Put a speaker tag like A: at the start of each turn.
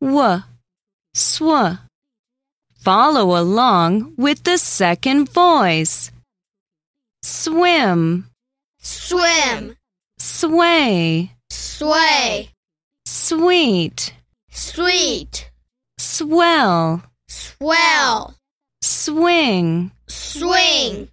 A: w, sw. Follow along with the second voice. Swim,
B: swim,
A: sway,
B: sway,
A: sweet,
B: sweet,
A: swell,
B: swell,
A: swing.
B: swing.